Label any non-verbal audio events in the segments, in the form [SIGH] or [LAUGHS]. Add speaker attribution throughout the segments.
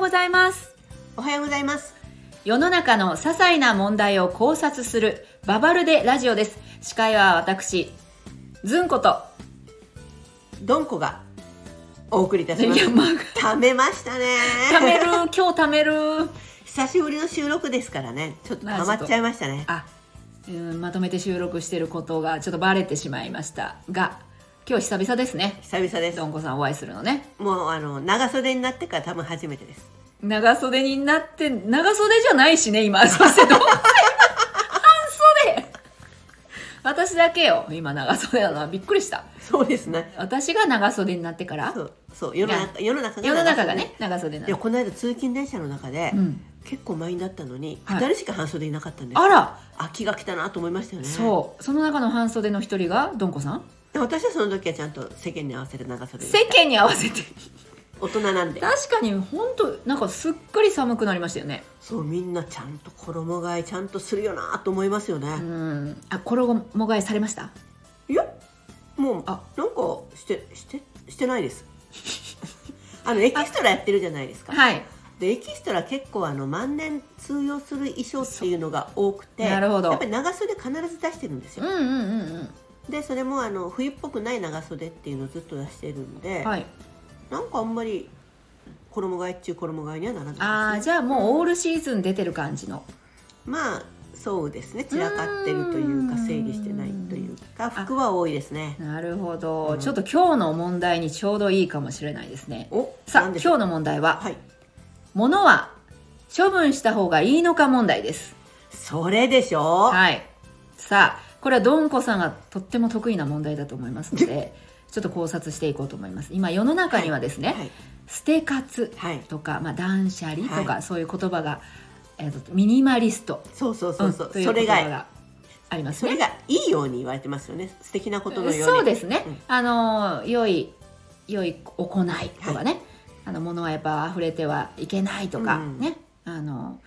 Speaker 1: ございます
Speaker 2: おはようございます。
Speaker 1: 世の中の些細な問題を考察するババルデラジオです司会は私ずんこと
Speaker 2: ドンコがお送りいたしま
Speaker 1: いや
Speaker 2: す。
Speaker 1: ま
Speaker 2: ためましたね。
Speaker 1: 貯める今日貯める
Speaker 2: 久しぶりの収録ですからね。ちょっと
Speaker 1: まあ
Speaker 2: 溜まっちゃいましたね。
Speaker 1: あうんまとめて収録してることがちょっとバレてしまいましたが今日久々ですね
Speaker 2: 久々です
Speaker 1: ど。んこさんお会いするのね
Speaker 2: もうあの長袖になってから多分初めてです。
Speaker 1: 長袖になって長袖じゃないしね今そしてどん半袖私だけよ今長袖なのはびっくりした
Speaker 2: そうですね。
Speaker 1: 私が長袖になってから
Speaker 2: そうそう世の中世の中が
Speaker 1: 世の中がね長袖ない
Speaker 2: や
Speaker 1: の、
Speaker 2: この間通勤電車の中で、
Speaker 1: うん、
Speaker 2: 結構満員だったのに
Speaker 1: はい
Speaker 2: 二人しか半袖いなかったんです。
Speaker 1: あら
Speaker 2: 秋が来たなと思いましたよね。
Speaker 1: そうその中の半袖の一人がどんこさん
Speaker 2: う。私はその時はちゃんと世間に合わせて長袖で
Speaker 1: 世間に合わせて
Speaker 2: 大人なんで。
Speaker 1: [LAUGHS] 確かに本当なんかすっかり寒くなりましたよね
Speaker 2: そうみんなちゃんと衣替えちゃんとするよなと思いますよね。
Speaker 1: うんあ衣替えされました
Speaker 2: いやもう
Speaker 1: あ
Speaker 2: なんかしてしてしてないです [LAUGHS] あのエキストラやってるじゃないですか、
Speaker 1: はい
Speaker 2: でエキストラ結構あの万年通用する衣装っていうのが多くて
Speaker 1: そうなるほど
Speaker 2: やっぱり長袖必ず出してるんです
Speaker 1: うん
Speaker 2: よ、
Speaker 1: うんうん
Speaker 2: でそれもあの冬っぽくない長袖っていうのをずっと出してるん
Speaker 1: う
Speaker 2: で、
Speaker 1: んはい
Speaker 2: なんかあんまり衣替えっちゅう衣替えにはなら
Speaker 1: あ
Speaker 2: ない
Speaker 1: ー
Speaker 2: です
Speaker 1: じ
Speaker 2: ね
Speaker 1: ゃあもうオールシーズン出てる感じの
Speaker 2: まあそうですね散らかってるというか
Speaker 1: うん
Speaker 2: 整理してないというか服は多いですね
Speaker 1: なるほど、
Speaker 2: うん
Speaker 1: ちょっと今日の問題にちょうどいいかもしれないですね
Speaker 2: お
Speaker 1: さあ今
Speaker 2: 何で
Speaker 1: 日
Speaker 2: しょう
Speaker 1: の問題は、
Speaker 2: はい
Speaker 1: 物は処分した方がいいのか問題です
Speaker 2: それでしょ
Speaker 1: はいさあこれはどんこさんがとっても得意な問題だと思いますの
Speaker 2: [LAUGHS]
Speaker 1: でちょっと考察していこうと思います今世の中にはですね、
Speaker 2: はい
Speaker 1: 捨て活
Speaker 2: はい
Speaker 1: とか、まあ、断捨離とか、
Speaker 2: は
Speaker 1: そういう言葉が、えーとミニマリスト
Speaker 2: そうそうそうそう、
Speaker 1: んとい
Speaker 2: それ
Speaker 1: 言葉
Speaker 2: が
Speaker 1: があります
Speaker 2: そ
Speaker 1: ね
Speaker 2: れがいいように言われてますよね素敵なことのように
Speaker 1: そうですね、
Speaker 2: うん
Speaker 1: あの良い良い行いとかね、あの物はやっぱ溢れてはいけないとか、
Speaker 2: うん
Speaker 1: ねあの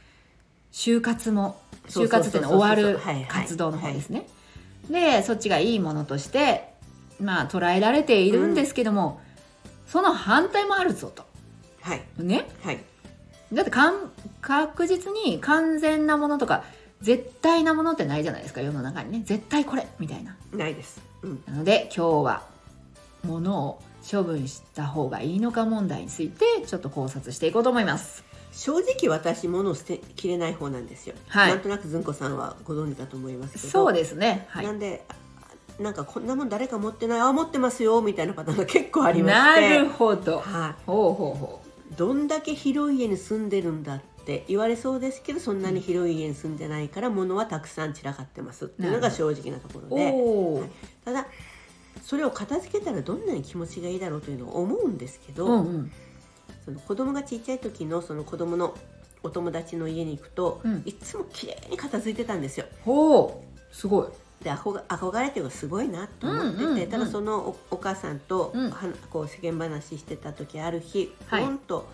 Speaker 1: 就活も
Speaker 2: そう
Speaker 1: 就
Speaker 2: そう
Speaker 1: 活
Speaker 2: そ
Speaker 1: っ
Speaker 2: う
Speaker 1: て
Speaker 2: そう
Speaker 1: いうのは終わる
Speaker 2: はいはい
Speaker 1: 活動の方ですね、でそっちがいいものとしてまあ捉えられているんですけども、その反対もあるぞと
Speaker 2: はい
Speaker 1: ね
Speaker 2: はい
Speaker 1: だってかん確実に完全なものとか絶対なものってないじゃないですか世の中にね絶対これみたいな
Speaker 2: ないです、うん、
Speaker 1: なので今日は物を処分した方がいいのか問題についてちょっと考察していこうと思います。
Speaker 2: 正直私物を捨てきれない方なんですよ、
Speaker 1: はい
Speaker 2: なんとなくずんこさんはご存知だと思いますけど
Speaker 1: そうですね。はい
Speaker 2: な。んであなんかこんなもん誰か持ってないあ持ってますよみたいなパターンが結構ありまし
Speaker 1: な
Speaker 2: て
Speaker 1: るほど。
Speaker 2: は
Speaker 1: ほうほうほ
Speaker 2: いどんだけ広い家に住んでるんだって言われそうですけどそんなに広い家に住んでないから物はたくさん散らかってますっていうのが正直なとこ
Speaker 1: う。
Speaker 2: ろで
Speaker 1: おお
Speaker 2: は。いただそれを片付けたらどんなに気持ちがいいだろうというのを思うんですけど、
Speaker 1: うんうん。
Speaker 2: その子供がちっちゃい時のその子供のお友達の家に行くと、
Speaker 1: うん
Speaker 2: いつも綺麗に片付いてたんですよ。
Speaker 1: ほう。すごい。
Speaker 2: で憧憧れていうかすごいなと思ってて、
Speaker 1: うんうんうん
Speaker 2: ただそのおお母さんと
Speaker 1: うん
Speaker 2: はこう世間話してた時ある日ポ
Speaker 1: はい
Speaker 2: ンと、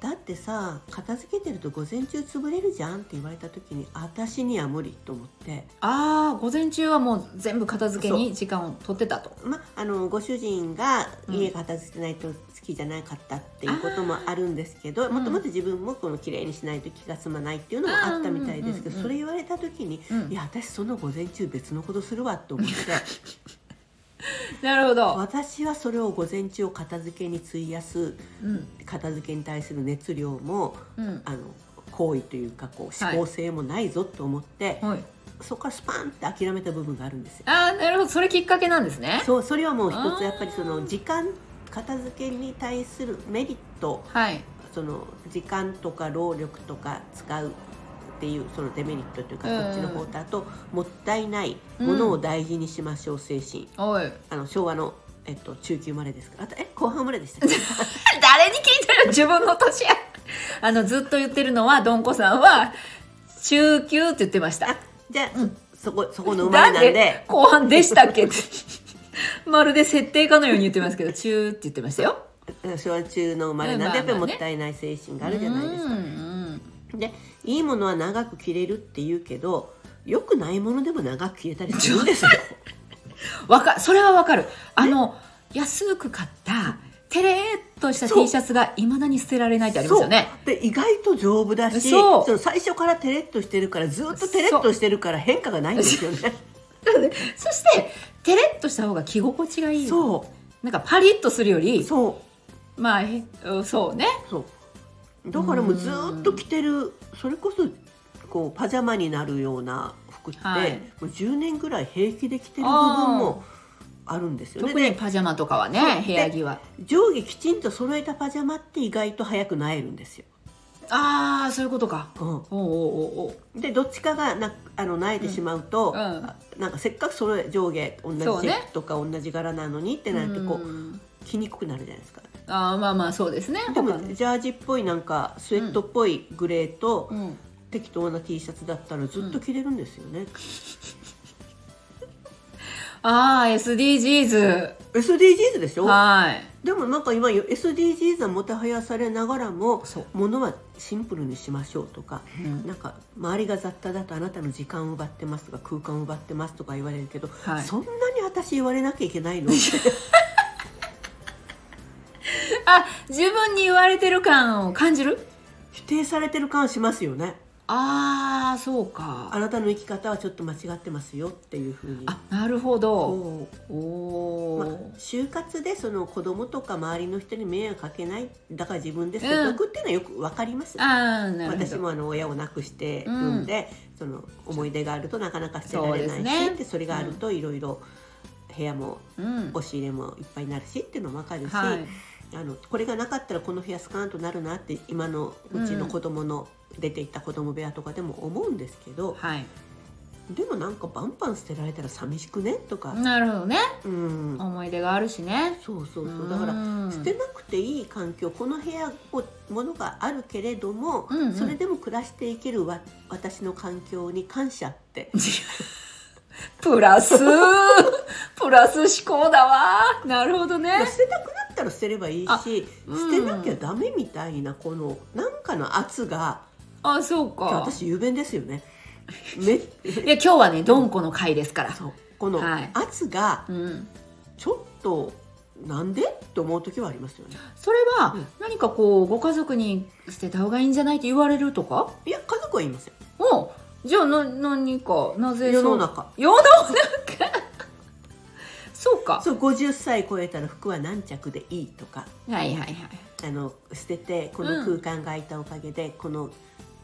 Speaker 2: だってさ片付けてると午前中潰れるじゃん」って言われた時に私には無理と思って。
Speaker 1: ああ、午前中はもう全部片付けに時間を取ってたと。
Speaker 2: まあ、あのご主人が家片付けてないと好きじゃなかったっていうこともあるんですけど、
Speaker 1: ー
Speaker 2: もっともっと自分もこの綺麗にしないと気が済まないっていうのもあったみたいですけど、
Speaker 1: うんうんうんうん
Speaker 2: それ言われた時に、
Speaker 1: うん
Speaker 2: いや私その午前中別のことするわと思って
Speaker 1: なるほど。
Speaker 2: 私はそれを午前中を片付けに費やす
Speaker 1: うん
Speaker 2: 片付けに対する熱量も
Speaker 1: うん。
Speaker 2: あの行為というかこう
Speaker 1: はい
Speaker 2: 思考性もないぞと思って、
Speaker 1: はい。
Speaker 2: そこからスパンって諦めた部分があるんですよ
Speaker 1: ああ、なるほど。それきっかけなんですね。
Speaker 2: そうそれはもう一
Speaker 1: あ
Speaker 2: つ
Speaker 1: ー
Speaker 2: やっぱりその時間片付けに対するメリット
Speaker 1: はい。
Speaker 2: その時間とか労力とか使うっていうそのデメリットというか
Speaker 1: うん
Speaker 2: そっちの方だともったいない
Speaker 1: うん
Speaker 2: ものを大事にしましょう精神
Speaker 1: おい。
Speaker 2: あの昭和の、えっと、中級生まれですからあとえ後半生まれでしたっけ
Speaker 1: [LAUGHS] 誰に聞いてる自分の年や [LAUGHS] あのずっと言ってるのはどんこさんは中級って言ってました
Speaker 2: あ [LAUGHS] じゃあ、
Speaker 1: うん
Speaker 2: そこそこの生まれなんで
Speaker 1: 後半でしたっけって [LAUGHS] まるで設定かのように言ってますけど中って言ってましたよ
Speaker 2: うん昭和中の生まれなんでやっ
Speaker 1: ま
Speaker 2: ぱり
Speaker 1: あまあ
Speaker 2: もっ
Speaker 1: ね
Speaker 2: たいない精神があるじゃないですか
Speaker 1: う。ん
Speaker 2: でいいものは長く着れるって言うけど良くないものでも長く着れたりする
Speaker 1: [LAUGHS]
Speaker 2: んですよ。
Speaker 1: うんわかそれはわかるあの安く買ったテレーっとした
Speaker 2: そう
Speaker 1: T シャツがいまだに捨てられないってありますよね
Speaker 2: そうで意外と丈夫だし
Speaker 1: そう
Speaker 2: の最初からテレッとしてるからずっとテレッとしてるから変化がないんですよね。
Speaker 1: そしてテレッとした方が着心地がいい
Speaker 2: そ
Speaker 1: なんかパリッとするよ
Speaker 2: う
Speaker 1: り
Speaker 2: そう
Speaker 1: まあへうんそうね
Speaker 2: そうだからもうずーっと着てるそれこそこうパジャマになるような服って、
Speaker 1: はい
Speaker 2: もう10年ぐらい平気で着てる部分もあるんですよね。
Speaker 1: 特に
Speaker 2: で
Speaker 1: パジャマとかはね
Speaker 2: そう
Speaker 1: 部屋着は
Speaker 2: 上下きちんと揃えたパジャマって意外と早くなえるんですよ。
Speaker 1: ああそういうことか
Speaker 2: う、
Speaker 1: おうおうおうおうん
Speaker 2: でどっちかがなあのなえてしまうと、
Speaker 1: うん
Speaker 2: あなんかせっかく揃え上下同じチェ
Speaker 1: そうね
Speaker 2: ックとか同じ柄なのにってなってこう、
Speaker 1: うん
Speaker 2: 着にくくなるじゃないですか。
Speaker 1: あーまあまあそうですね
Speaker 2: でも
Speaker 1: 他の
Speaker 2: ジャージっぽいなんかスウェットっぽいグレーと、
Speaker 1: うん
Speaker 2: 適当な T シャツだったらずっと着れるんですよね、
Speaker 1: ああ SDGs
Speaker 2: SDGs でしょ
Speaker 1: はい
Speaker 2: でもなんか今 SDGs はもてはやされながらも
Speaker 1: そう
Speaker 2: ものはシンプルにしましょうとか、
Speaker 1: うん
Speaker 2: なんか周りが雑多だとあなたの時間を奪ってますとか空間を奪ってますとか言われるけど、
Speaker 1: はい
Speaker 2: そんなに私言われなきゃいけな
Speaker 1: [LAUGHS]
Speaker 2: いの
Speaker 1: あ自分に言われてる感を感じる
Speaker 2: 否定されてる感しますよね
Speaker 1: ああそうか
Speaker 2: あなたの生き方はちょっと間違ってますよっていうふうに
Speaker 1: あなるほど
Speaker 2: こ
Speaker 1: おお
Speaker 2: うまあ
Speaker 1: ー、
Speaker 2: 就活でその子供とか周りの人に迷惑かけないだから自分で捨て
Speaker 1: うん
Speaker 2: とくっていうのはよくわかります、
Speaker 1: ああなるほど
Speaker 2: 私もあの親を亡くしてるんで、その思い出があるとなかなか捨てられな
Speaker 1: そです
Speaker 2: いうし
Speaker 1: ね
Speaker 2: でそれがあるといろいろ部屋も
Speaker 1: うん
Speaker 2: 押し入れもいっぱいになるしっていうのも分かるし、
Speaker 1: はい
Speaker 2: あのこれがなかったらこの部屋スカーンとなるなって今のうちの子供の出ていった子供部屋とかでも思うんですけど、
Speaker 1: はい
Speaker 2: でもなんかバンバン捨てられたら寂しくねとか、
Speaker 1: なるほどね
Speaker 2: うん、
Speaker 1: 思い出があるしね
Speaker 2: そうそうそうだから
Speaker 1: ら
Speaker 2: 捨てなくていい環境この部屋をものがあるけれども、
Speaker 1: うんうん
Speaker 2: それでも暮らしていけるわ私の環境に感謝って
Speaker 1: [LAUGHS] プラ
Speaker 2: [LAUGHS]
Speaker 1: スプラス思考だわなるほどね
Speaker 2: まあ捨てたくなったら捨てればいい
Speaker 1: あ
Speaker 2: し、
Speaker 1: うん
Speaker 2: 捨てなきゃダメみたいなこのなんかの圧が
Speaker 1: あそうか
Speaker 2: 今日私雄弁ですよね。め
Speaker 1: いや今日はねドンコの回ですから
Speaker 2: そうこの
Speaker 1: はい
Speaker 2: 圧が
Speaker 1: うん
Speaker 2: ちょっとなんでって思う時はありますよね。
Speaker 1: それは
Speaker 2: うん
Speaker 1: 何かこうご家族に捨てた方がいいんじゃないって言われるとか
Speaker 2: いや家族は言いません。
Speaker 1: おじゃあな何かなぜ
Speaker 2: 世
Speaker 1: そ
Speaker 2: の
Speaker 1: う
Speaker 2: 中
Speaker 1: 世の中そうか
Speaker 2: そう50歳超えたら服は何着でいいとか
Speaker 1: はいはいはい
Speaker 2: あの捨ててこの空間が空いたおかげで、この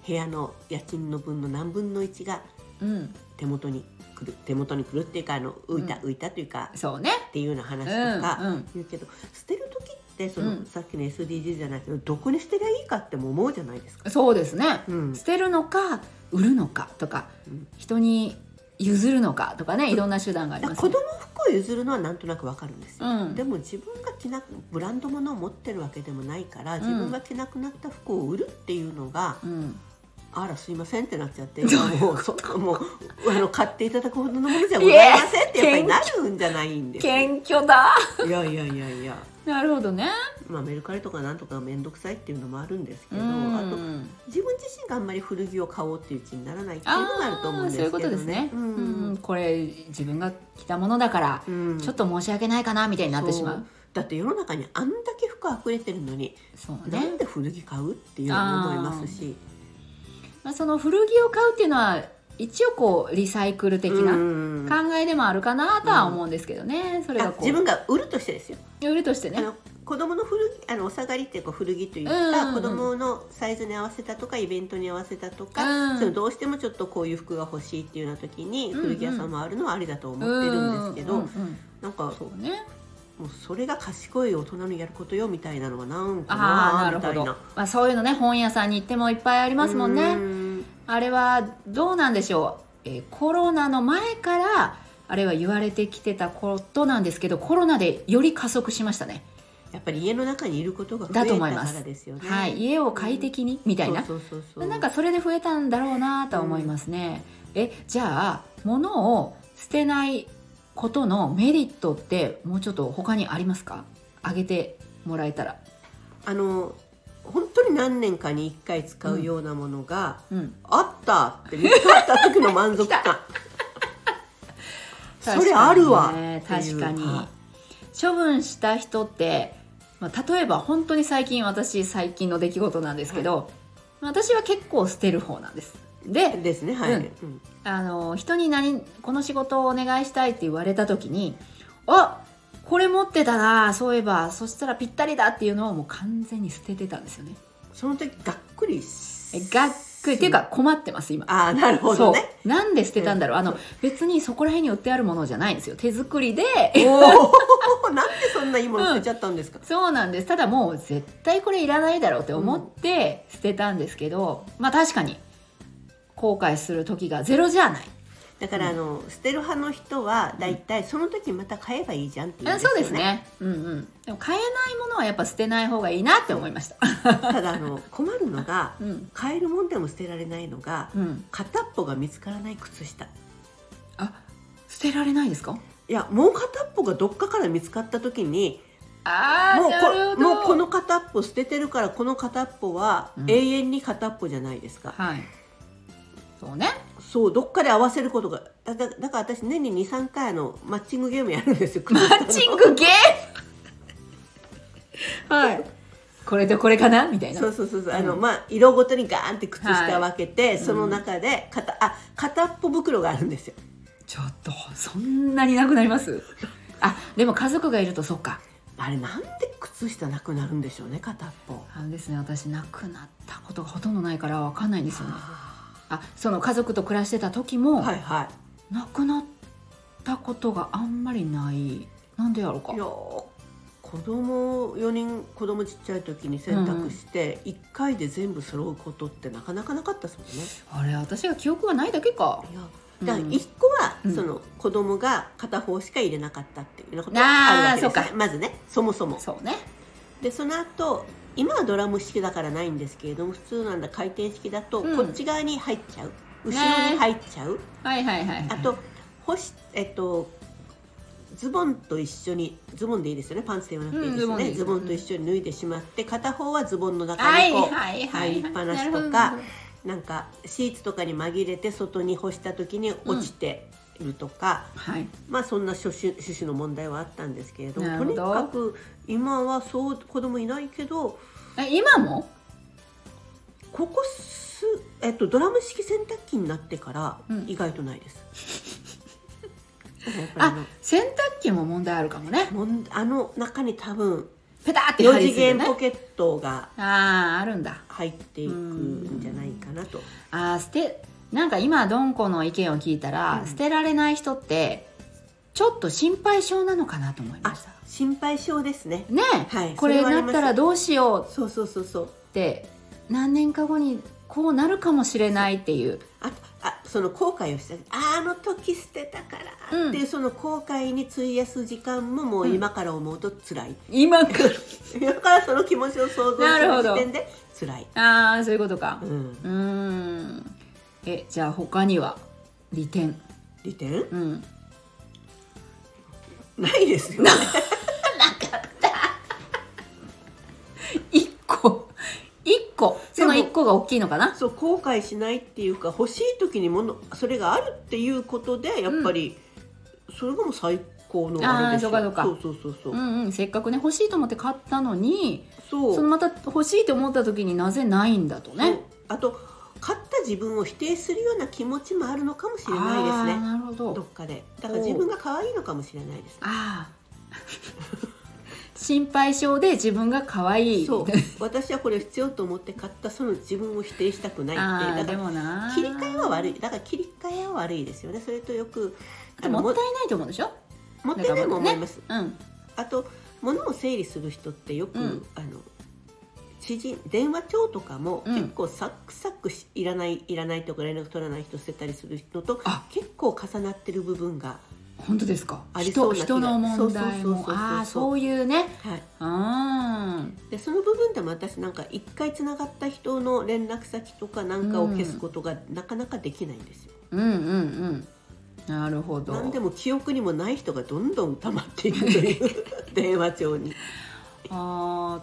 Speaker 2: 部屋の家賃の分の何分の1が
Speaker 1: うん
Speaker 2: 手元に来る手元に来るっていうかあの浮いた、
Speaker 1: うん
Speaker 2: 浮いたというか
Speaker 1: そうね
Speaker 2: っていうような話
Speaker 1: うん
Speaker 2: とか、
Speaker 1: うん
Speaker 2: 言うけど捨てる時ってその、
Speaker 1: うん
Speaker 2: さっきの SDGs じゃないけどどこに捨てりゃいいかっても思うじゃないですか。
Speaker 1: そうですね
Speaker 2: うん
Speaker 1: 捨てるのか売るのかとか
Speaker 2: うん
Speaker 1: 人に譲るのかとかねいろんな手段があり
Speaker 2: だか
Speaker 1: ま
Speaker 2: ら
Speaker 1: す
Speaker 2: 子
Speaker 1: ね
Speaker 2: 供服を譲るのはなんとなくわかるんですよ、
Speaker 1: うん
Speaker 2: でも自分が着なくブランド物を持ってるわけでもないから自分が着なくなった服を売るっていうのが、
Speaker 1: うん
Speaker 2: あらすいませんってなっちゃって
Speaker 1: どういう
Speaker 2: もうそもうあの買っていただくほどのものじゃございませんってやっぱりなるんじゃないんですよ
Speaker 1: 謙虚だ
Speaker 2: いやいやいやいや、
Speaker 1: なるほどね
Speaker 2: まあ、メルカリとかなんとか面倒くさいっていうのもあるんですけ
Speaker 1: う
Speaker 2: どあと
Speaker 1: ん
Speaker 2: 自分自身があんまり古着を買おうっていう気にならないっていう
Speaker 1: あ
Speaker 2: のもあると思うん
Speaker 1: ー
Speaker 2: です
Speaker 1: そうい
Speaker 2: け
Speaker 1: うこ
Speaker 2: ど
Speaker 1: とですね
Speaker 2: ね。
Speaker 1: うんこれ自分が着たものだから
Speaker 2: うん
Speaker 1: ちょっと申し訳ないかなみたいになってしまう
Speaker 2: だって世の中にあんだけ服あふれてるのに、
Speaker 1: そう
Speaker 2: な
Speaker 1: ね
Speaker 2: んで古着買うっていうのも思いますし
Speaker 1: まあその古着を買うっていうのは一応こうリサイクル的
Speaker 2: うん
Speaker 1: な
Speaker 2: うんうん
Speaker 1: 考えでもあるかなとは思うんですけどねそれが
Speaker 2: あ
Speaker 1: こ
Speaker 2: 自
Speaker 1: う
Speaker 2: 分が売るとしてですよ
Speaker 1: 売るとして
Speaker 2: あ
Speaker 1: ね
Speaker 2: の子供の古着あのお下がりってこう古着という
Speaker 1: うんうんう
Speaker 2: か
Speaker 1: ん
Speaker 2: 子供のサイズに合わせたとかイベントに合わせたとか、
Speaker 1: うん
Speaker 2: そのどうしてもちょっとこういう服が欲しいっていうような時に
Speaker 1: うんうん
Speaker 2: 古着屋さんもあるのはありだと思ってるんですけど、
Speaker 1: うんうんうん
Speaker 2: なんか
Speaker 1: そうね
Speaker 2: もうそれが賢い大人のやることよみたいなのはなんか
Speaker 1: あ
Speaker 2: な
Speaker 1: あなる
Speaker 2: みた
Speaker 1: ほ
Speaker 2: い
Speaker 1: ど
Speaker 2: な。
Speaker 1: まあ、そういうのね本屋さんに行ってもいっぱいありますもん
Speaker 2: う
Speaker 1: ね
Speaker 2: ん
Speaker 1: あれはどうなんでしょう、えーコロナの前からあれは言われてきてたことなんですけどコロナでより加速しましたね
Speaker 2: やっぱり家の中にいることが増
Speaker 1: だ
Speaker 2: え
Speaker 1: と
Speaker 2: た
Speaker 1: 思い
Speaker 2: か
Speaker 1: ます
Speaker 2: らですよね。
Speaker 1: はい、家を快適にみたいな
Speaker 2: そうそうそうそう
Speaker 1: なんかそれで増えたんだろうなとは思いますね、えじゃあ物を捨てないことのメリットってもうちょっと他にありますかあげてもらえたら
Speaker 2: あの本当に何年かに一回使うようなものが、
Speaker 1: うん
Speaker 2: あったって見つかった時の満
Speaker 1: [LAUGHS]
Speaker 2: 足感それあるわ
Speaker 1: 確かにね
Speaker 2: ってい
Speaker 1: 確
Speaker 2: う
Speaker 1: かに
Speaker 2: は
Speaker 1: 処分した人ってまあ、例えば本当に最近私最近の出来事なんですけど、まあ私は結構捨てる方なんです。で
Speaker 2: ですねはい、
Speaker 1: うん
Speaker 2: うん
Speaker 1: あの人に何この仕事をお願いしたいって言われた時にあこれ持ってたなそういえばそしたらぴったりだっていうのをもう完全に捨ててたんですよね。
Speaker 2: その時がっくり
Speaker 1: えがっくりっていうか困ってます今。
Speaker 2: ああなるほ
Speaker 1: そ
Speaker 2: ど
Speaker 1: う
Speaker 2: ね
Speaker 1: なんで捨てたんだろう、あの別にそこら辺に売ってあるものじゃないんですよ手作 [LAUGHS] りで
Speaker 2: おお [LAUGHS] なんでそんないいもの捨てちゃったんですか、
Speaker 1: そうなんですただもう絶対これいらないだろうって思って捨てたんですけど、まあ確かに後悔する時がゼロじゃない、
Speaker 2: だからあの捨てる派の人はだいたいその時また買えばいいじゃんって言
Speaker 1: あ
Speaker 2: ん
Speaker 1: そう
Speaker 2: よ
Speaker 1: ですねうんうんでも買えないものはやっぱ捨てない方がいいなって思いました
Speaker 2: ただあの困るのが
Speaker 1: うん
Speaker 2: 買えるもんでも捨てられないのが
Speaker 1: うん
Speaker 2: 片っぽが見つからない靴下
Speaker 1: あ捨てられないですか
Speaker 2: いやもう片っぽがどっかから見つかった時に
Speaker 1: ああ
Speaker 2: もう
Speaker 1: なるほ
Speaker 2: こ
Speaker 1: ど
Speaker 2: もうこの片っぽ捨ててるからこの片っぽは
Speaker 1: うん
Speaker 2: 永遠に片っぽじゃないですか、
Speaker 1: はいそうね
Speaker 2: そうどっかで合わせることがだだだから私年に23回あのマッチングゲームやるんですよ
Speaker 1: マッチングゲーム [LAUGHS] はいこれとこれかなみたいな
Speaker 2: [LAUGHS] そうそうそうそうあの、
Speaker 1: うん
Speaker 2: まあ色ごとにガーンって靴
Speaker 1: はい
Speaker 2: 下分けて、
Speaker 1: うん
Speaker 2: その中で片あ片っぽ袋があるんですよ
Speaker 1: ちょっとそんなになくなりますあでも家族がいるとそっか
Speaker 2: あれなんで靴下なくなるんでしょうね片っぽ
Speaker 1: あのですね私なくなったことがほとんどないからわかんないんですよねあその家族と暮らしてた時も、
Speaker 2: はいは
Speaker 1: なくなったことがあんまりないなんでやろうか
Speaker 2: いいやー子供4人子供ちっちゃい時に洗濯して、一1回で全部揃うことってなかなかなかったですもん
Speaker 1: あ
Speaker 2: ね
Speaker 1: れ私が記憶がないだけか
Speaker 2: いやだから
Speaker 1: うん
Speaker 2: 1個は、
Speaker 1: うん
Speaker 2: その子供が片方しか入れなかったっていうようなこと
Speaker 1: あー
Speaker 2: があるわけです
Speaker 1: そう
Speaker 2: ねまずねそもそも
Speaker 1: そうね
Speaker 2: でその後今はドラム式だからないんですけれども普通なんだ回転式だと、
Speaker 1: うん
Speaker 2: こっち側に入っちゃう後ろに
Speaker 1: ね
Speaker 2: 入っちゃう、
Speaker 1: はいはいはい、はい、
Speaker 2: あと干しえっとズボンと一緒にズボンでいいですよねパンツではなくていいですよ
Speaker 1: う
Speaker 2: ね、
Speaker 1: んズ
Speaker 2: ズ
Speaker 1: ボ
Speaker 2: ボ
Speaker 1: ン
Speaker 2: ン
Speaker 1: で
Speaker 2: と
Speaker 1: いい
Speaker 2: 一緒に脱いでしまって片方はズボンの中
Speaker 1: は
Speaker 2: に
Speaker 1: い
Speaker 2: こう、
Speaker 1: はいはい
Speaker 2: 入りっぱなしとか
Speaker 1: なるほど
Speaker 2: なんかシーツとかに紛れて外に干した時に落ちているとか、
Speaker 1: はい
Speaker 2: まあそんな諸種種の問題はあったんですけれど
Speaker 1: な
Speaker 2: も
Speaker 1: る
Speaker 2: と
Speaker 1: ほ
Speaker 2: に
Speaker 1: ど
Speaker 2: かく今はそう子供いないけど
Speaker 1: え今も
Speaker 2: ここす、えっと、ドラム式洗濯機になってから
Speaker 1: うん
Speaker 2: 意外とな
Speaker 1: [LAUGHS]
Speaker 2: いです。だからやっぱりあの
Speaker 1: あ洗濯機も問題あるかもね
Speaker 2: もんあの中に多分
Speaker 1: ペタって
Speaker 2: 4
Speaker 1: 入り
Speaker 2: 次
Speaker 1: すぎて
Speaker 2: 元
Speaker 1: ね
Speaker 2: ポケットが
Speaker 1: あああるんだ
Speaker 2: 入っていくんじゃないかなと。
Speaker 1: あー捨てなんか今ドンコの意見を聞いたら、
Speaker 2: うん
Speaker 1: 捨てられない人ってちょっと心配性なのかなと思いま
Speaker 2: あ
Speaker 1: した
Speaker 2: 心配性ですね。
Speaker 1: ねえ、
Speaker 2: はい
Speaker 1: これ
Speaker 2: それはあり
Speaker 1: な
Speaker 2: ます
Speaker 1: ったらどうしよう
Speaker 2: そうそうそうそう
Speaker 1: って何年か後にこうなるかもしれないっていう
Speaker 2: あとあその後悔をしたああの時捨てたからっていう、その後悔に費やす時間ももう今から思うと辛い、 [LAUGHS]
Speaker 1: 今か
Speaker 2: 今からその気持ちを想像す
Speaker 1: なるほ
Speaker 2: る
Speaker 1: ど
Speaker 2: 時点で辛い、
Speaker 1: らあーそういうことか
Speaker 2: うん、
Speaker 1: うーんえじゃあ他には利点
Speaker 2: 利 [LAUGHS] 点
Speaker 1: うん
Speaker 2: ないですよね
Speaker 1: 1個1個その1個が大きいのかな
Speaker 2: [LAUGHS] そう後悔しないっていうか欲しい時にものそれがあるっていうことでやっぱり、それがもう最高のあれですよ
Speaker 1: あーそうかそう
Speaker 2: そうそうそうそう、
Speaker 1: うんうんせっかくね欲しいと思って買ったのに
Speaker 2: そう
Speaker 1: そのまた欲しいと思った時になぜないんだと
Speaker 2: そ
Speaker 1: ね
Speaker 2: うあと買った自分を否定するような気持ちもあるのかもしれないです
Speaker 1: あ
Speaker 2: ね
Speaker 1: ーなるほ
Speaker 2: ど
Speaker 1: ど
Speaker 2: っかでだから自分が可愛いのかもしれないです
Speaker 1: ああ [LAUGHS] 心配性で自分が可愛い [LAUGHS]
Speaker 2: そう私はこれ必要と思って買ったその自分を否定したくない
Speaker 1: あ
Speaker 2: ってい
Speaker 1: あ
Speaker 2: う
Speaker 1: で
Speaker 2: だか
Speaker 1: もな
Speaker 2: ら切り替えは悪いだから切り替えは悪いですよねそれとよく
Speaker 1: あと
Speaker 2: あの
Speaker 1: もったいないと思うでしょ
Speaker 2: もったいないも思います、
Speaker 1: うん
Speaker 2: あと物を整理する人ってよく、
Speaker 1: うん
Speaker 2: あの知人電話帳とかも
Speaker 1: うん
Speaker 2: 結構サックサックしいらないいらないとか連絡取らない人捨てたりする人と
Speaker 1: あ
Speaker 2: 結構重なってる部分が、
Speaker 1: 本当ですか
Speaker 2: ありそう
Speaker 1: 人人の
Speaker 2: な気が
Speaker 1: 問題も
Speaker 2: そうそうそうそうそう
Speaker 1: ああそういうね
Speaker 2: はい、
Speaker 1: うん
Speaker 2: でその部分でも私なんか一回つながった人の連絡先とかなんかを消すことがなかなかできないんですよ、
Speaker 1: うんうんうんなるほど
Speaker 2: 何でも記憶にもない人がどんどん溜まっていくという電話 [LAUGHS] 帳に
Speaker 1: あ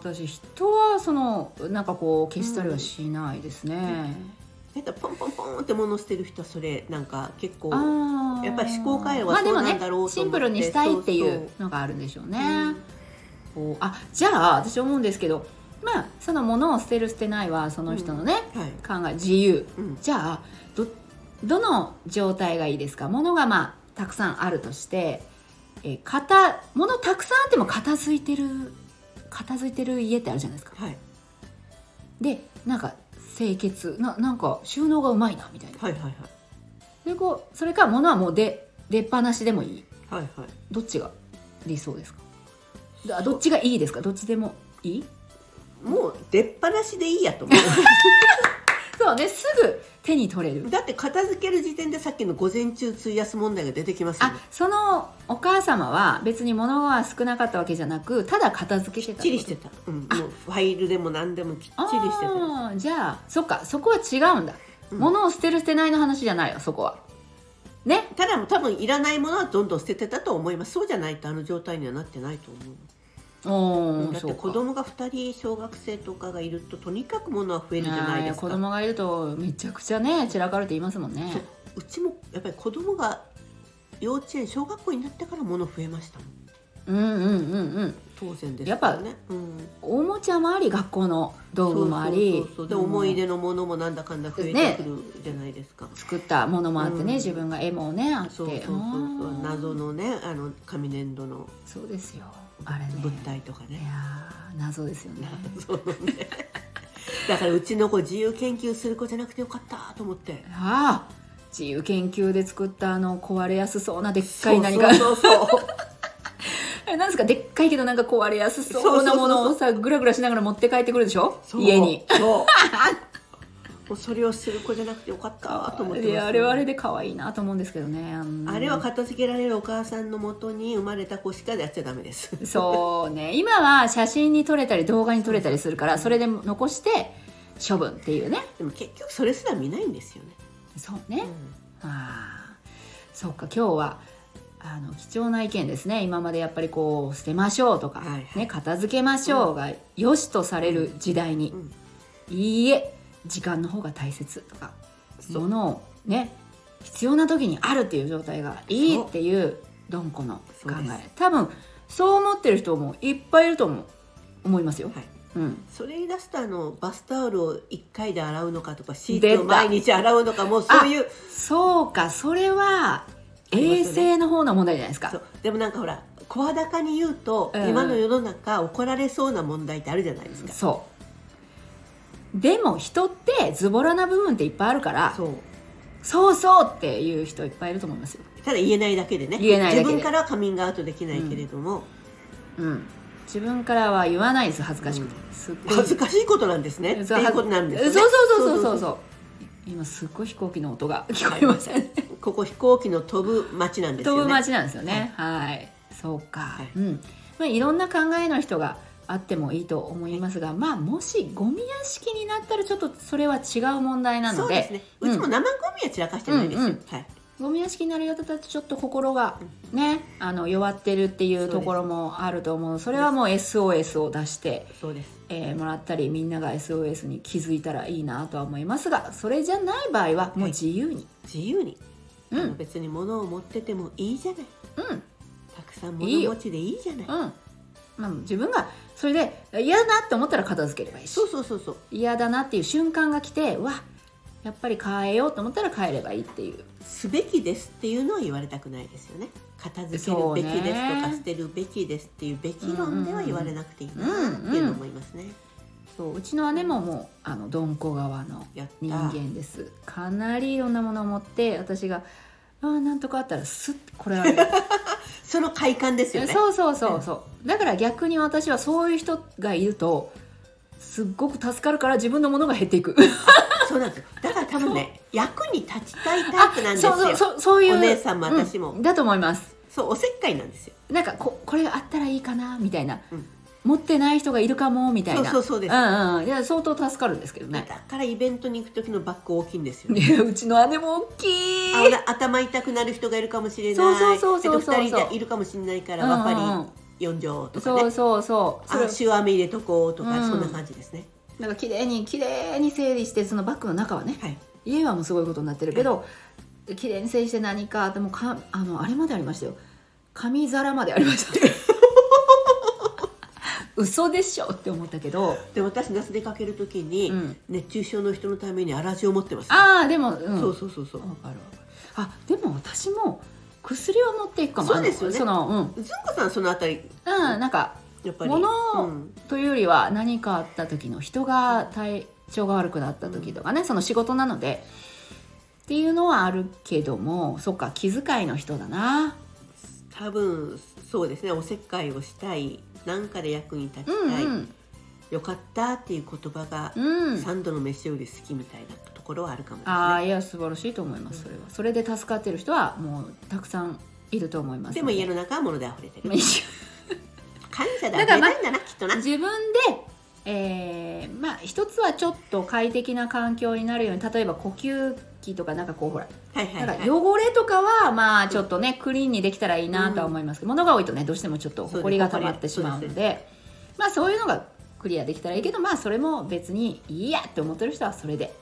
Speaker 1: あ私人はそのなんかこう消したりはしないですね、
Speaker 2: だからポンポンポンって物捨てる人はそれなんか結構
Speaker 1: ああ
Speaker 2: やっぱり思考回路
Speaker 1: ま
Speaker 2: は
Speaker 1: あで
Speaker 2: そ
Speaker 1: も
Speaker 2: うな
Speaker 1: ね
Speaker 2: んだろうと思って
Speaker 1: シンプルにしたいってい
Speaker 2: そうう
Speaker 1: のがあるんでしょうね
Speaker 2: うん
Speaker 1: こうあじゃあ私思うんですけどまあその物を捨てる捨てないはその人のね、
Speaker 2: はい
Speaker 1: 考え自由
Speaker 2: うん
Speaker 1: じゃあどどの状態がいいですか物がまあたくさんあるとして、えー、片物たくさんあっても片付いてる片付いてる家ってあるじゃないですか
Speaker 2: はい
Speaker 1: でなんか清潔ななんか収納がうまいなみたいな
Speaker 2: はいはいはい
Speaker 1: でこうそれか物はもう出出っ放しでもいい
Speaker 2: はいはい
Speaker 1: どっちが理想ですかだどっちがいいですかどっちでもいい
Speaker 2: もう出っ放しでいいやと思
Speaker 1: [LAUGHS] そうねすぐ手に取れる
Speaker 2: うだって片付ける時点でさっきの午前中費やす問題が出てきますよ
Speaker 1: あ
Speaker 2: ね
Speaker 1: そのお母様は別に物は少なかったわけじゃなくただ片付けしてた
Speaker 2: きっちりしてた、うん、もうファイルでも何でもきっち
Speaker 1: あ
Speaker 2: りしてた
Speaker 1: ーじゃあそっかそこは違うんだ、
Speaker 2: うん
Speaker 1: 物を捨てる捨てないの話じゃないよそこはね
Speaker 2: ただ多分いらないものはどんどん捨ててたと思いますそうじゃないとあの状態にはなってないと思う
Speaker 1: お
Speaker 2: だって子供が2人小学生とかがいるととにかく物は増えるじゃないですか
Speaker 1: 子供がいるとめちゃくちゃね散らかるって言いますもんね
Speaker 2: そううちもやっぱり子供が幼稚園小学校になってから物増えましたもん
Speaker 1: うんうんうんうん
Speaker 2: 当然です
Speaker 1: やっぱ
Speaker 2: ね、うん、
Speaker 1: おもちゃもあり学校の道具もあ
Speaker 2: そ
Speaker 1: り
Speaker 2: うそうそうで思い出のものもなんだかんだ増えてくるじゃないですか、
Speaker 1: 作ったものもあってね、
Speaker 2: うん
Speaker 1: 自分が絵もねあって
Speaker 2: そうそうそうそう
Speaker 1: あー
Speaker 2: 謎のねあの紙粘土の
Speaker 1: そうですよあれね
Speaker 2: 物体とか
Speaker 1: い
Speaker 2: ね [LAUGHS]
Speaker 1: やー謎ですよね
Speaker 2: そうねだからうちの子自由研究する子じゃなくてよかったと思って
Speaker 1: ああ自由研究で作ったあの壊れやすそうなでっかい何か
Speaker 2: そうそうそう
Speaker 1: あれなんですかでっかいけどなんか壊れやすそうなものをさグラグラしながら持って帰ってくるでしょ
Speaker 2: そ
Speaker 1: [LAUGHS]
Speaker 2: う
Speaker 1: 家に
Speaker 2: そう [LAUGHS] もうそれをする子じゃなくてよかったと思ってます
Speaker 1: いやあれはあれで可愛いなと思うんですけどねうん
Speaker 2: あれは片付けられるお母さんのもとに生まれた子しかやっちゃダメです
Speaker 1: そうね今は写真に撮れたり動画に撮れたりするからそれで残して処分っていうね
Speaker 2: でも結局それすら見ないんですよね、
Speaker 1: そうねああそうか今日はあの貴重な意見ですね今までやっぱりこう捨てましょうとか、
Speaker 2: はいはい
Speaker 1: ね、片付けましょうが良しとされる時代に、
Speaker 2: うん
Speaker 1: いいえ時間の方が大切とか
Speaker 2: そう
Speaker 1: 物をね必要な時にあるっていう状態がいいっていうどんこの考
Speaker 2: そうです
Speaker 1: え多分そう思ってる人もいっぱいいると思う思いますよ、
Speaker 2: はい
Speaker 1: うん、
Speaker 2: それ言い出すとあのバスタオルを1回で洗うのかとかシーツを毎日洗うのかもうそういう
Speaker 1: そうかそれは
Speaker 2: り
Speaker 1: 衛
Speaker 2: ますよね
Speaker 1: 生の方の問題じゃないですか
Speaker 2: そうでもなんかほら声高に言うと、
Speaker 1: うん
Speaker 2: 今の世の中怒られそうな問題ってあるじゃないですか、
Speaker 1: そうでも人ってズボラな部分っていっぱいあるから
Speaker 2: そう
Speaker 1: そうそうっていう人いっぱいいると思いますよ、
Speaker 2: ただ言えないだけでね
Speaker 1: 言えないだけで
Speaker 2: 自分からはカミングアウトできないけれども、
Speaker 1: うん、自分からは言わないです恥ずかしくて、すっごい
Speaker 2: 恥ずかしいことなんですねって
Speaker 1: そう
Speaker 2: いうことなんですよね
Speaker 1: そうそうそうそうそうそう今すっごい飛行機の音が聞こえましたね
Speaker 2: ここ飛行機の飛ぶ街なんですよ
Speaker 1: 飛
Speaker 2: ね
Speaker 1: ぶ街なんですよねはい、そうか、
Speaker 2: い
Speaker 1: うんまあ、いろんな考えの人があってもいいと思いますが、まあもしゴミ屋敷になったらちょっとそれは違う問題な
Speaker 2: そ
Speaker 1: の
Speaker 2: う
Speaker 1: で
Speaker 2: ですねうちも生ゴミは散らかしてないですよ、
Speaker 1: うんうん
Speaker 2: はい
Speaker 1: ゴミ屋敷になるようだとちょっと心がねあの弱ってるっていうところもあると思うそれはもう SOS を出して、
Speaker 2: そうです
Speaker 1: えーもらったりみんなが SOS に気づいたらいいなとは思いますがそれじゃない場合はもう自由に、
Speaker 2: 自由に、
Speaker 1: うん
Speaker 2: あの別に物を持っててもいいじゃない
Speaker 1: うん
Speaker 2: たくさん
Speaker 1: いい
Speaker 2: 物
Speaker 1: よ
Speaker 2: 持ちでいいじゃない
Speaker 1: うんまあ、自分がそれで嫌だなって思ったら片付ければいいし
Speaker 2: そうそうそうそう
Speaker 1: 嫌だなっていう瞬間が来てわやっぱり変えようと思ったら変えればいいっていう
Speaker 2: すべきですっていうのは言われたくないですよね片付けるべきで
Speaker 1: そ
Speaker 2: すと
Speaker 1: う
Speaker 2: か
Speaker 1: ね
Speaker 2: 捨てるべきですっていうべき論では言われなくていいなっていうのを思いますね、
Speaker 1: そううちの姉ももうあのどんこ側の
Speaker 2: やった
Speaker 1: 人間ですかなりいろんなものを持って私が「ああなんとかあったらスッてこれあげる
Speaker 2: その快感ですよ [LAUGHS] ね
Speaker 1: そうそうそうそうだから逆に私はそういう人がいるとすっごく助かるから自分のものが減っていく
Speaker 2: そうなんですよだから多分ね役に立ちたいタ
Speaker 1: あ
Speaker 2: イプなんですよ
Speaker 1: [LAUGHS] そうそうそうそういう
Speaker 2: お姉さんも
Speaker 1: うん
Speaker 2: 私も
Speaker 1: だと思います
Speaker 2: そうおせっかいなんですよ
Speaker 1: なんかここれがあったらいいかなみたいな、
Speaker 2: うん
Speaker 1: 持ってない人がいるかもみたい
Speaker 2: そう
Speaker 1: な
Speaker 2: そうそうです、
Speaker 1: うんうんいや相当助かるんですけど
Speaker 2: [LAUGHS]
Speaker 1: ね
Speaker 2: だからイベントに行く時のバッグ大きいんですよね
Speaker 1: いやうちの姉も大きい
Speaker 2: あほら頭痛くなる人がいるかもしれない
Speaker 1: そうそうそうそうそう
Speaker 2: えっと、2人でいるかもしれないから
Speaker 1: うんうん
Speaker 2: ワパリ4錠とかね
Speaker 1: そうそうそうそれ
Speaker 2: あ塩飴入れとこうとか、
Speaker 1: うん
Speaker 2: そんな感じですね
Speaker 1: なんか綺麗に綺麗に整理してそのバッグの中はね
Speaker 2: はい
Speaker 1: 家はもうすごいことになってるけど綺麗に整理して何かでもか
Speaker 2: [LAUGHS]
Speaker 1: あのあれまでありましたよ紙皿までありました嘘でしょって思ったけど、
Speaker 2: で私夏出かけるときに、
Speaker 1: うん
Speaker 2: 熱中症の人のために粗塩を持ってます
Speaker 1: ああでも、うん、
Speaker 2: そうそうそうそう
Speaker 1: わかるわかるあでも私も薬は持っていくかも
Speaker 2: そうですよね
Speaker 1: あのそのうん、
Speaker 2: ずんこさんそのあたり
Speaker 1: うん、なんか
Speaker 2: やっぱり
Speaker 1: 物を
Speaker 2: うん
Speaker 1: というよりは何かあった時の人が体調が悪くなった時とかね、その仕事なのでっていうのはあるけどもそっか気遣いの人だな
Speaker 2: 多分そうですねおせっかいをしたいなんかで役に立ちた
Speaker 1: う
Speaker 2: い、
Speaker 1: んうん、
Speaker 2: よかったっていう言葉が、
Speaker 1: うん
Speaker 2: 三度の飯より好きみたいなところはあるかもですね
Speaker 1: ああいや素晴らしいと思いますそれはそれで助かってる人はもうたくさんいると思います
Speaker 2: で
Speaker 1: [LAUGHS]
Speaker 2: も家の中は物で溢れて
Speaker 1: ま
Speaker 2: る
Speaker 1: あ一緒
Speaker 2: 感謝で溢れてるんだなきっとな
Speaker 1: 自分で、えーまあ一つはちょっと快適な環境になるように例えば呼吸器とかなんかこうほら
Speaker 2: はいはい
Speaker 1: な
Speaker 2: はい
Speaker 1: んか汚れとかはまあちょっとねクリーンにできたらいいなとは思いますけど、物が多いとねどうしてもちょっと埃が溜まってしまう
Speaker 2: そ
Speaker 1: の
Speaker 2: う
Speaker 1: でまあそういうのがクリアできたらいいけどまあそれも別にいいやって思ってる人はそれで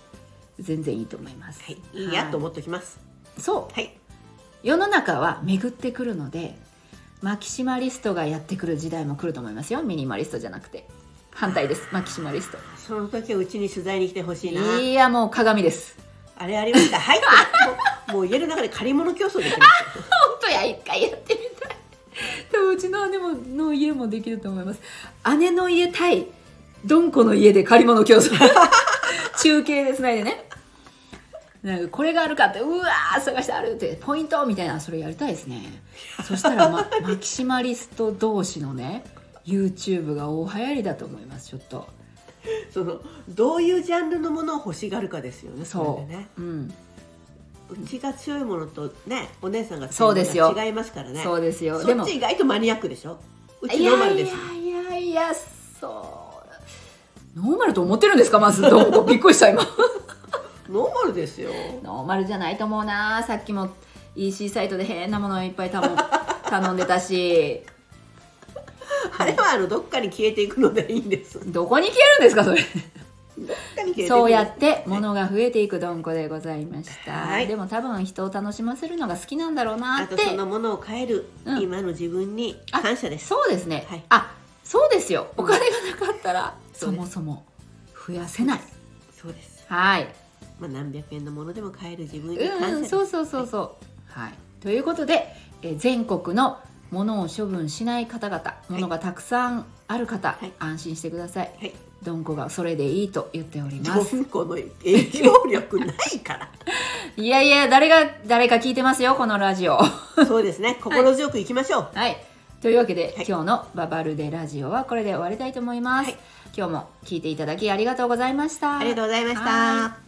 Speaker 1: 全然いいと思います。
Speaker 2: はいいいやと思っておきます
Speaker 1: そう
Speaker 2: はい
Speaker 1: 世の中は巡ってくるのでマキシマリストがやってくる時代も来ると思いますよミニマリストじゃなくて反対ですマキシマリスト
Speaker 2: その時はうちに取材に来てほしいな、
Speaker 1: いやもう鏡です
Speaker 2: あれありましたはいってもうもう [LAUGHS] 家の中で借り物競争できますよ
Speaker 1: 本当や一回やってみたいでもうちの姉もの家もできると思います姉の家対ドンコの家で借り物競争中継でつないでねなんかこれがあるかってうわー探してあるってポイントみたいなそれやりたいですねそしたら、ま、マキシマリスト同士のね YouTube が大流行りだと思いますちょっと
Speaker 2: [LAUGHS] そのどういうジャンルのものを欲しがるかですよね
Speaker 1: そ
Speaker 2: れでね
Speaker 1: う、うん、
Speaker 2: うちが強いものとねお姉さんが
Speaker 1: そ
Speaker 2: 強
Speaker 1: う
Speaker 2: いも
Speaker 1: です
Speaker 2: の
Speaker 1: よ
Speaker 2: が違いますからね
Speaker 1: そうですよ
Speaker 2: そ
Speaker 1: でも
Speaker 2: っち意外とマニアックでしょうち
Speaker 1: いや
Speaker 2: ノーマルですよ
Speaker 1: いやいやいやそうノーマルと思ってるんですかまずどうもびっくりした今
Speaker 2: ノーマルですよ
Speaker 1: [LAUGHS] ノーマルじゃないと思うなさっきも EC サイトで変なものいっぱい頼 [LAUGHS] ん頼んでたし
Speaker 2: あれはあのどっかに消えていくのでいいんですどっ
Speaker 1: どこに消えるんですかそれ
Speaker 2: かに消えていく
Speaker 1: そうやって物が増えていくどんこでございました、
Speaker 2: はい
Speaker 1: でも多分人を楽しませるのが好きなんだろうな
Speaker 2: あ
Speaker 1: って
Speaker 2: とそのものを変える、
Speaker 1: うん
Speaker 2: 今の自分に感謝です
Speaker 1: そうですね、
Speaker 2: はい
Speaker 1: あそうですよお金がなかったら
Speaker 2: そ
Speaker 1: そ
Speaker 2: うです
Speaker 1: もそも増やせない
Speaker 2: そうです、
Speaker 1: はい
Speaker 2: まあ、何百円のものでも変える自分に感謝
Speaker 1: うん
Speaker 2: で
Speaker 1: うん、
Speaker 2: す、
Speaker 1: そうそうそうそう。はい、ということで、えー全国のものを処分しない方々、ものがたくさんある方、
Speaker 2: はい
Speaker 1: 安心してください。
Speaker 2: はい
Speaker 1: どんこがそれでいいと言っておりま
Speaker 2: ド
Speaker 1: す。
Speaker 2: ンコの影響力ないから
Speaker 1: いやいや、誰が誰か聞いてますよこのラジオ。 [LAUGHS] は
Speaker 2: そうですね心強くいきましょう、
Speaker 1: い。というわけで、
Speaker 2: はい
Speaker 1: 今日のババルデラジオはこれで終わりたいと思います。
Speaker 2: はい
Speaker 1: 今日も聞いていただきありがとうございました。
Speaker 2: ありがとうございまし
Speaker 1: は
Speaker 2: た